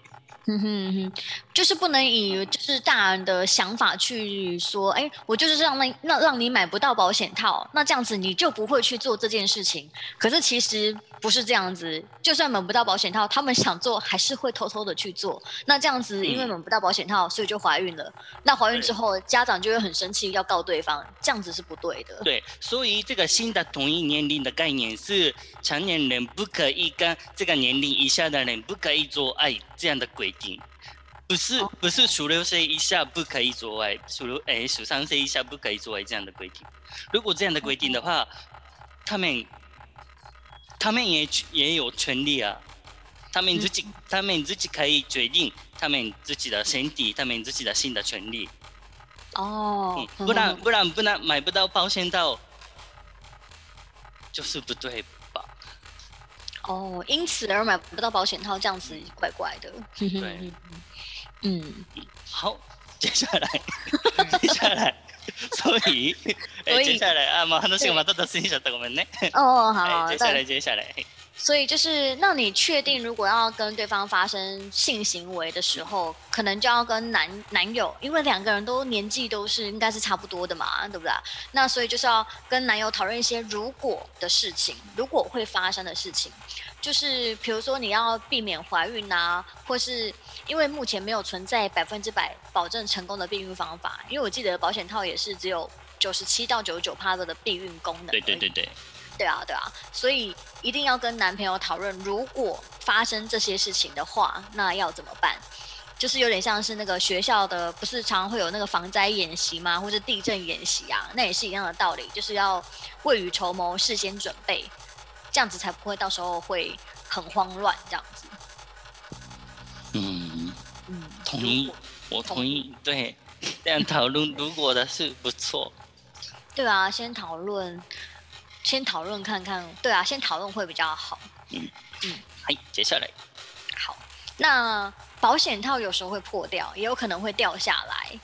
嗯哼哼哼，就是不能以就是大人的想法去说，哎，我就是让那那让你买不到保险套，那这样子你就不会去做这件事情。可是其实不是这样子，就算买不到保险套，他们想做还是会偷偷的去做。那这样子，因为嗯买不到保险套，所以就怀孕了。那怀孕对之后，家长就会很生气，要告对方，这样子是不对的。对，所以这个新的同一年龄的概念是成年人不可以跟这个年龄以下的人不可以做爱这样的规定，不是哦不是十六岁以下不可以做爱，十六哎十三岁以下不可以做爱这样的规定。如果这样的规定的话，他们他们也也有权利啊，他们自己、他们自己可以决定他们自己的身体，他们自己的新的权利。哦嗯，不然嗯不然不然买不到保险套，就是不对吧？哦，因此而买不到保险套，这样子怪怪的。对，嗯。好，接下 来接下 来，所以え所以接下来あまあ話がまた脱線しちゃったごめんね。哦，好，哎はい接下那来接下来，所以就是，那你确定如果要跟对方发生性行为的时候，可能就要跟男男友，因为两个人都年纪都是应该是差不多的嘛，对不对？那所以就是要跟男友讨论一些如果的事情，如果会发生的事情，就是比如说你要避免怀孕啊，或是因为目前没有存在百分之百保证成功的避孕方法，因为我记得保险套也是只有九十七到九十九帕的避孕功能而对已，对对对，对啊，对啊，所以一定要跟男朋友讨论，如果发生这些事情的话，那要怎么办？就是有点像是那个学校的，不是常会有那个防灾演习吗？或者地震演习啊，那也是一样的道理，就是要未雨绸缪，事先准备，这样子才不会到时候会很慌乱这样子。嗯，嗯，同意，我同意，对，这样讨论如果的是不错，对啊，先讨论，先讨论看看，对啊，先讨论会比较好。はい接下来，好，那保险套有时候会破掉，也有可能会掉下来，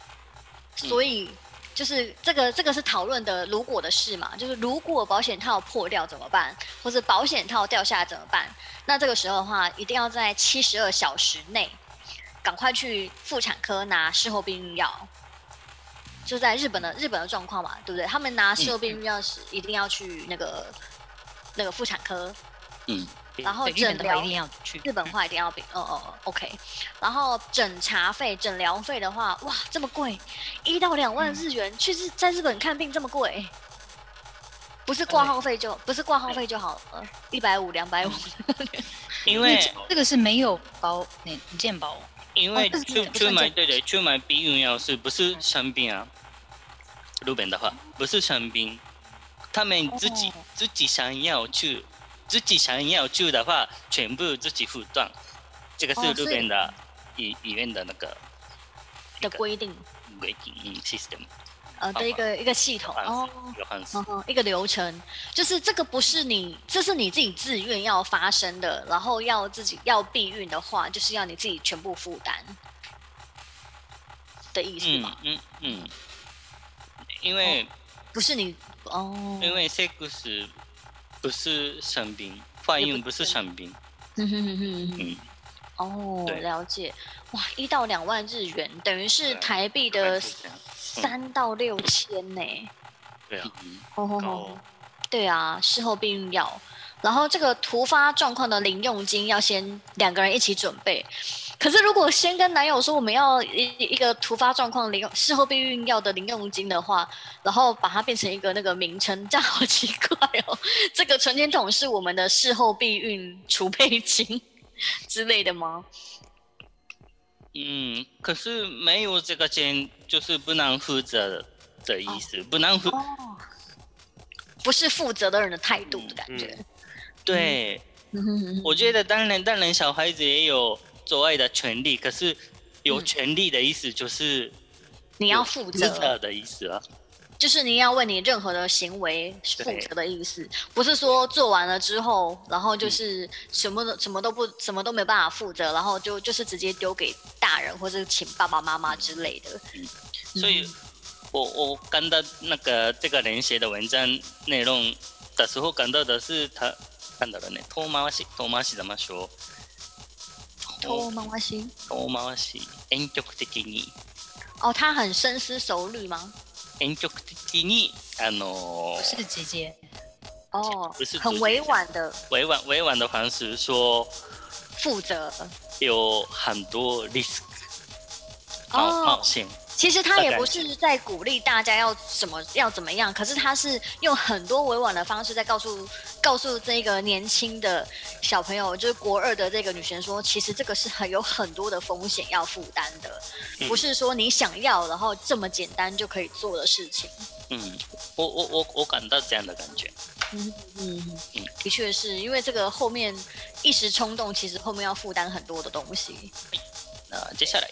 所以就是这个这个是讨论的如果的事嘛，就是如果保险套破掉怎么办，或者保险套掉下来怎么办？那这个时候的话，一定要在七十二小时内赶快去妇产科拿事后避孕药。就在日本的日本的状况嘛，对不对？他们拿事后避孕药是一定要去那个、那个妇产科嗯然后对日诊本的话疗一定要去。日本话一定要比，哦哦哦，OK。然后诊查费、诊疗费的话，哇，这么贵，一到两嗯万日元，去日在日本看病这么贵，不是挂号费就不是挂号费就好了，一百五、两百五。嗯因因为为这这个是没有保那健保，因为哦出这出门对对，出门避孕药是不是生病啊？日本的话不是生病，他们自己、哦自己想要去，自己想要去的话，全部自己负担。这个是哦日是本的医医院的那个的规定，规定嗯 system 呃的一啊个一个系统哦。有汉字嗯哼，一个流程，就是这个不是你，这是你自己自愿要发生的，然后要自己要避孕的话，就是要你自己全部负担的意思吧？嗯嗯嗯，因为、不是你哦，嗯因为 sex 不是生病，怀也不孕不是是生病，嗯哼哼哼哼嗯，哦，对了解，哇，一到两万日元等于是对台币大概的是这样三到六千呢。对啊，嗯哦吼高吼哦，对啊，事后避孕药，然后这个突发状况的零用金要先两个人一起准备。可是如果先跟男友说我们要一一个突发状况零用事后避孕药的零用金的话，然后把它变成一个那个名称，这样好奇怪哦。这个存钱筒是我们的事后避孕储备金之类的吗？嗯，可是没有这个钱就是不能负责的意思，不能负、哦，不是负责的人的态度的感觉。嗯对。我觉得当然，当然小孩子也有做爱的权利，可是有权利的意思就是你你要负责责。的意思啊。就是你要为你任何的行为负责的意思，不是说做完了之后，然后就是什么都、什么都不什么都没办法负责，然后就就是直接丢给大人或者请爸爸妈妈之类的。嗯嗯所以我我看到那个这个人写的文章内容的时候，感到的是他看到了ね、遠回し、遠回し怎么说？偷妈妈心遠回し、遠曲的に、哦，他很深思熟虑吗？遠曲的に、あの不ー是直接哦不是，很委婉的委婉委婉的方式说负责。有很多 risk 冒、哦冒，险，其实他大也概不是在鼓励大家要什么要怎么样，可是他是用很多委婉的方式在告诉告诉这个年轻的小朋友，就是国二的这个女生说，其实这个是很有很多的风险要负担的，嗯不是说你想要然后这么简单就可以做的事情。嗯，我我我我感到这样的感觉，嗯嗯嗯，的确是因为这个后面一时冲动，其实后面要负担很多的东西。那接下来，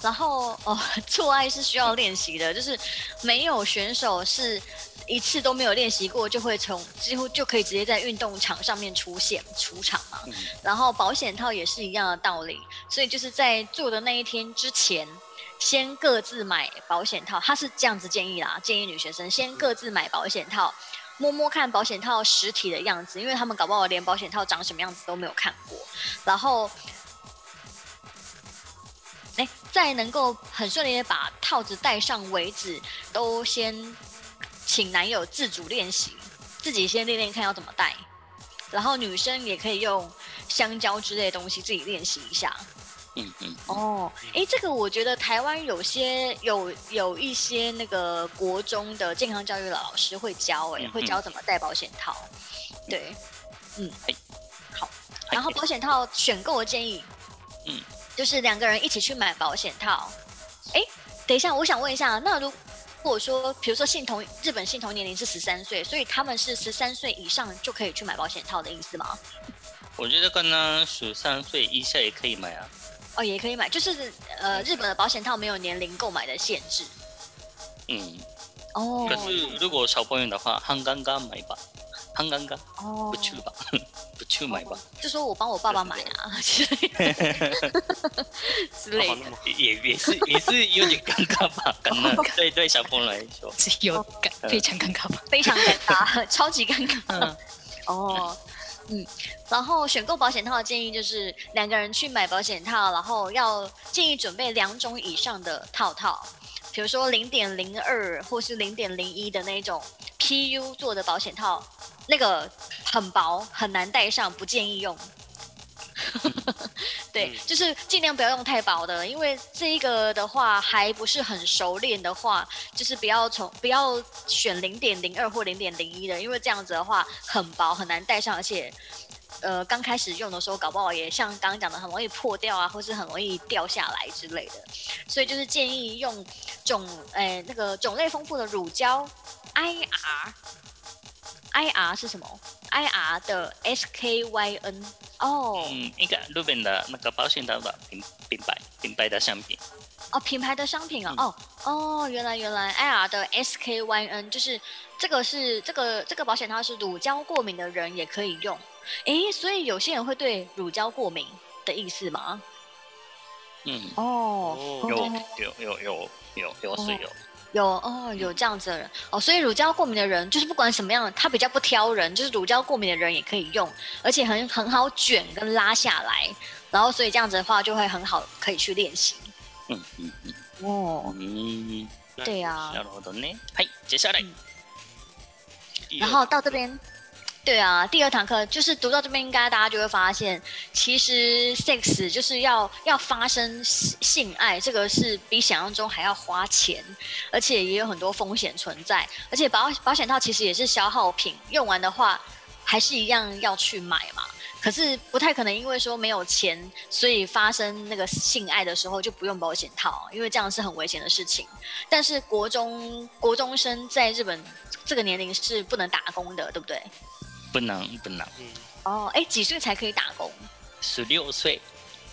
然后哦，做爱是需要练习的，就是没有选手是一次都没有练习过，就会从几乎就可以直接在运动场上面出现出场嘛。嗯然后保险套也是一样的道理，所以就是在做的那一天之前。先各自买保险套，他是这样子建议啦，建议女学生先各自买保险套，摸摸看保险套实体的样子，因为他们搞不好连保险套长什么样子都没有看过。然后哎，在能够很顺利的把套子戴上为止，都先请男友自主练习，自己先练练看要怎么戴。然后女生也可以用香蕉之类的东西自己练习一下。嗯嗯，哦，哎，这个我觉得台湾有些有有一些那个国中的健康教育老师会教，哎嗯，会教怎么戴保险套。对，嗯哎，好。然后保险套选购的建议，嗯，就是两个人一起去买保险套。哎，等一下，我想问一下，那如果说，比如说性同日本性同年龄是十三岁，所以他们是十三岁以上就可以去买保险套的意思吗？我觉得可能十三岁以下也可以买啊，哦，也可以买，就是呃，日本的保险套没有年龄购买的限制。嗯，哦可是如果小朋友的话，汉刚刚买吧，汉刚刚哦不去吧，不去买吧，就说我帮我爸爸买啊 之类的之类好的那。么也也是也是有点尴尬吧，可能对对小朋友来说，是有感呃非常尴尬吧？非常尴 尬，超级尴尬。嗯，哦，嗯，然后选购保险套的建议就是两个人去买保险套，然后要建议准备两种以上的套套，比如说零点零二或是零点零一的那种 PU 做的保险套，那个很薄，很难戴上，不建议用。对，嗯就是尽量不要用太薄的，因为这一个的话还不是很熟练的话，就是不要从不要选零点零二或零点零一的，因为这样子的话很薄，很难戴上，而且。呃，刚开始用的时候，搞不好也像刚刚讲的，很容易破掉啊，或是很容易掉下来之类的。所以就是建议用种诶、那个种类丰富的乳胶 IR。IR 是什么？IR 的 SKYN 哦、嗯，应该 Ruben 的那个保险的吧品品牌品牌的商品，哦，品牌的商品啊、哦哦，原来原来 IR 的 SKYN 就是这个是这个这个保险它是乳胶过敏的人也可以用，诶，所以有些人会对乳胶过敏的意思吗？嗯，哦哦有有有有有有是有，有哦，有这样子的人哦，所以乳胶过敏的人，就是不管什么样，他比较不挑人，就是乳胶过敏的人也可以用，而且很很好卷跟拉下来，然后所以这样子的话就会很好，可以去练习。嗯嗯哦，嗯，对啊呀、なるほどね。はい、接下来嗯然后到这边，对啊，第二堂课就是读到这边，应该大家就会发现，其实 sex 就是要要发生性性爱，这个是比想象中还要花钱，而且也有很多风险存在，而且保保险套其实也是消耗品，用完的话还是一样要去买嘛。可是不太可能，因为说没有钱，所以发生那个性爱的时候就不用保险套，因为这样是很危险的事情。但是国中国中生在日本这个年龄是不能打工的，对不对？不能不能，嗯哦，哎，几岁才可以打工？十六岁，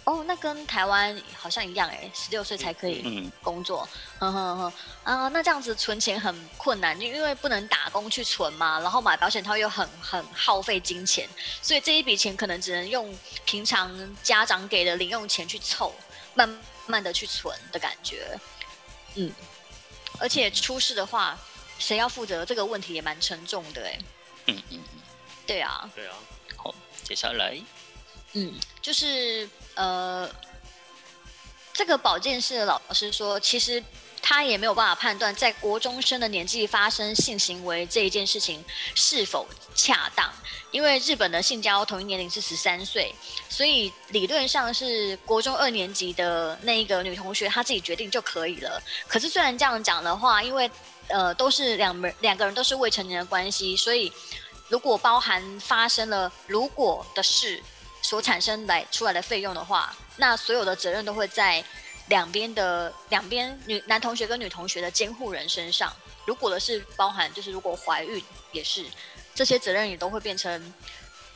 哦，那跟台湾好像一样哎，十六岁才可以嗯工作。哼哼哼，啊、那这样子存钱很困难，因为不能打工去存嘛，然后买保险套又很很耗费金钱，所以这一笔钱可能只能用平常家长给的零用钱去凑，慢慢的去存的感觉。嗯，而且出事的话，谁要负责这个问题也蛮沉重的哎。嗯嗯，对啊，对啊，好，接下来，嗯，就是呃，这个保健室的老师说，其实他也没有办法判断在国中生的年纪发生性行为这一件事情是否恰当，因为日本的性交同一年龄是十三岁，所以理论上是国中二年级的那一个女同学她自己决定就可以了。可是虽然这样讲的话，因为呃都是两人两个人都是未成年的关系，所以如果包含发生了如果的事所产生来出来的费用的话，那所有的责任都会在两边的两边女男同学跟女同学的监护人身上。如果的是包含就是如果怀孕也是，这些责任也都会变成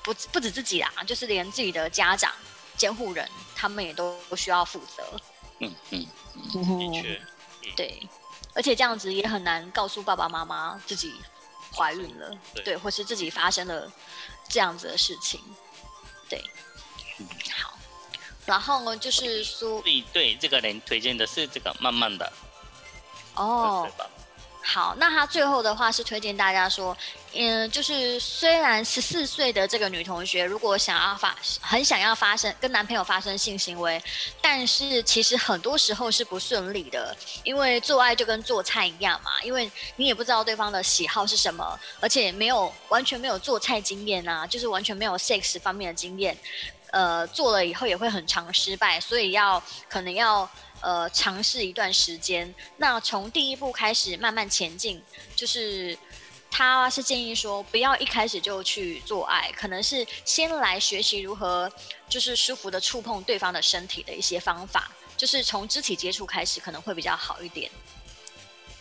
不不止自己啦，就是连自己的家长、监护人他们也都需要负责。嗯嗯，哦的确，对，而且这样子也很难告诉爸爸妈妈自己怀孕了，对或是自己发生了这样子的事情，对，好。然后呢，就是说，对对，这个人推荐的是这个慢慢的，哦对，吧？好，那他最后的话是推荐大家说，嗯，就是虽然十四岁的这个女同学如果想要发很想要发生跟男朋友发生性行为，但是其实很多时候是不顺利的，因为做爱就跟做菜一样嘛，因为你也不知道对方的喜好是什么，而且没有完全没有做菜经验啊，就是完全没有 sex 方面的经验，呃，做了以后也会很常失败，所以要可能要呃尝试一段时间。那从第一步开始慢慢前进，就是他是建议说，不要一开始就去做爱，可能是先来学习如何就是舒服的触碰对方的身体的一些方法，就是从肢体接触开始可能会比较好一点。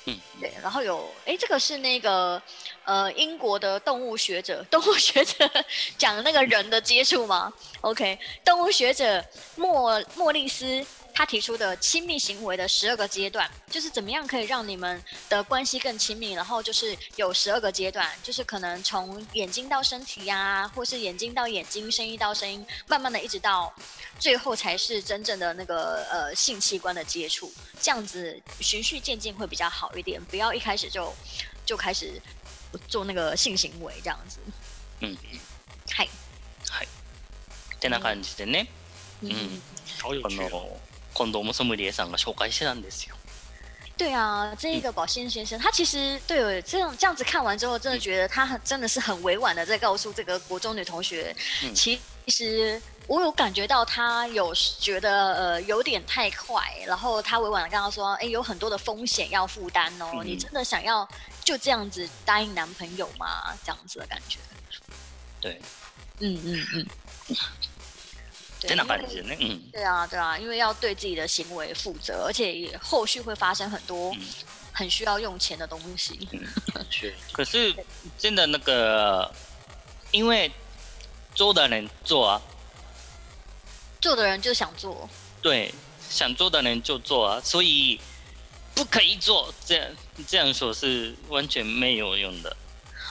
嗯，对，然后有，哎，这个是那个，呃，英国的动物学者，动物学者 讲那个人的接触吗？OK，动物学者莫莫利斯他提出的亲密行为的十二个阶段，就是怎么样可以让你们的关系更亲密，然后就是有十二个阶段，就是可能从眼睛到身体呀、或是眼睛到眼睛，声音到声音，慢慢的一直到最后才是真正的那个呃性器官的接触，这样子循序渐进会比较好一点，不要一开始就就开始做那个性行为这样子。嗯，嗨，てな感じでね、嗯嗯，好有こ趣哦。の近藤もソムリエさんが紹介してたんですよ。对啊，这一个保鲜先生，他其实对我这样这样子看完之后，真的觉得他很真的是很委婉的在告诉这个国中女同学，嗯其实我有感觉到他有觉得呃有点太快，然后他委婉的跟他说，哎，有很多的风险要负担哦，嗯你真的想要就这样子答应男朋友吗？这样子的感觉，对，嗯嗯嗯，对てな感因为じでね。うん。对啊，对啊，因为要对自己的行为负责，而且也后续会发生很多嗯很需要用钱的东西。是可是真的那个，因为做的人做啊，做的人就想做，对，想做的人就做啊，所以不可以做，这样这样说是完全没有用的。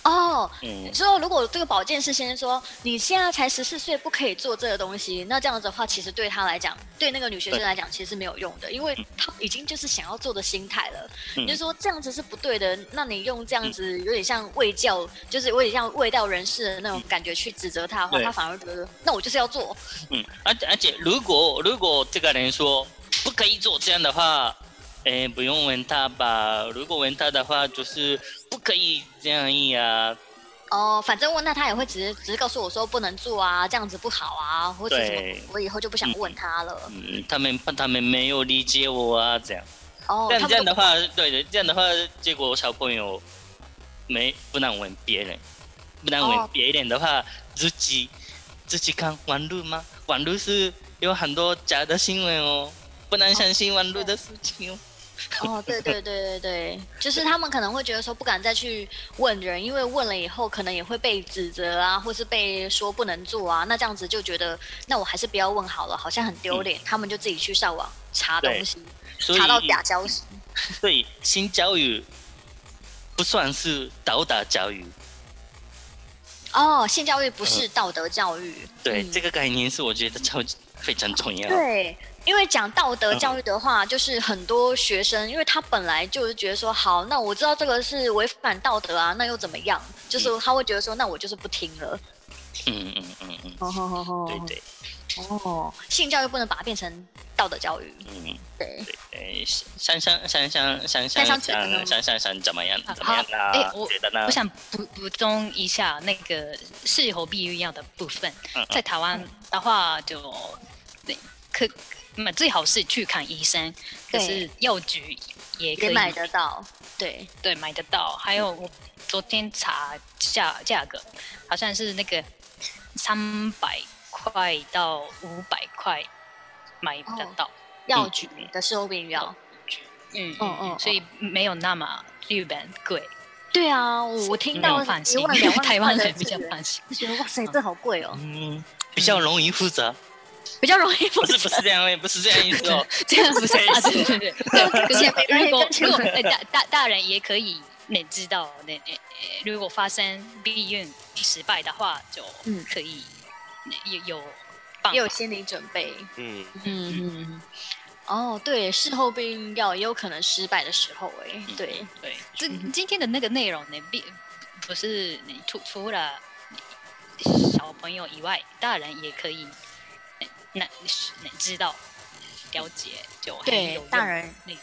哦。嗯，之后如果这个保健师先生说你现在才十四岁，不可以做这个东西，那这样子的话，其实对他来讲，对那个女学生对来讲，其实没有用的，因为她已经就是想要做的心态了。嗯你就说这样子是不对的，那你用这样子有点像卫教，就是有点像卫道人士的那种感觉去指责他的嗯话，对他反而觉得那我就是要做。嗯，而且而且，如果如果这个人说不可以做这样的话，哎，不用问他吧。如果问他的话，就是不可以这样啊呀、哦，反正问他，他也会只是只是告诉我说不能做啊，这样子不好啊，或者什么对，我以后就不想问他了。嗯，他们怕他们没有理解我啊，这样。哦，但他这样们的都话，对的，这样的话，结果小朋友没不能问别人，不能问哦别人的话，自己自己看网络吗？网络是有很多假的新闻哦，不能相信网络的事情哦。哦，对对对对对，就是他们可能会觉得说不敢再去问人，因为问了以后可能也会被指责啊，或是被说不能做啊，那这样子就觉得那我还是不要问好了，好像很丢脸，他们就自己去上网查嗯对东西，所以查到假消息。所以新教育不算是导打教育，哦，性教育不是道德教育，嗯对、嗯这个概念是我觉得超级非常重要。对，因为讲道德嗯教育的话，就是很多学生，因为他本来就是觉得说，好，那我知道这个是违反道德啊，那又怎么样？就是嗯他会觉得说，那我就是不听了。嗯嗯嗯嗯，哦哦哦对对，哦，性教育不能把它变成道德教育。嗯。对，哎，想想想想想想想想想觉得呢想想想怎么样？啊怎么样好哎啦？我觉得呢我？想补补充一下那个适合避孕药的部分嗯嗯，在台湾的话就对可那最好是去看医生，对可是药局也可也以买得到。对，对买得到。还有我昨天查价价格，好像是那个三百块到五百块买得到。药局的适用避孕药。嗯哦哦哦所以没有那么日本贵，对啊，我我听没到有放一心万两，万 台湾块的人比较资源放心。就觉得哇塞，这好贵哦，嗯，比较容易负责，比较容易 不不是不是这样，哎不是这样意思哦。这样不是啊？对对对，对可是如果对如果呃大大大人也可以，你知道，那那呃如果发生避孕失败的话，就嗯可以有有帮也有心理准备。嗯，嗯嗯，哦，对，事后避孕药也有可能失败的时候、哎，嗯对，对。这今天的那个内容呢，并不是你除除了小朋友以外，大人也可以呃那那知道了解就很对有用大人内容。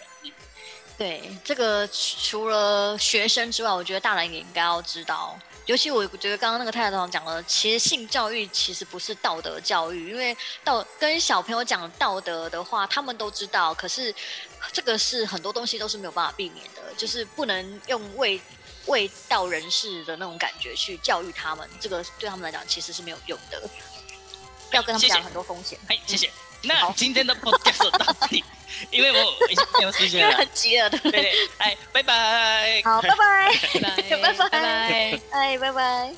对，这个除了学生之外，我觉得大人也应该要知道。尤其我觉得刚刚那个太太长讲了，其实性教育其实不是道德教育，因为道跟小朋友讲道德的话，他们都知道，可是这个是很多东西都是没有办法避免的，就是不能用为为道人士的那种感觉去教育他们，这个对他们来讲其实是没有用的，要跟他们谢谢讲很多风险。哎，谢谢。那今天的 podcast 到这里，因为我已经没有时因间为了。 很急了，对不对啊对？对，哎，拜拜。 好，拜拜，拜 拜拜拜拜。哎，拜拜。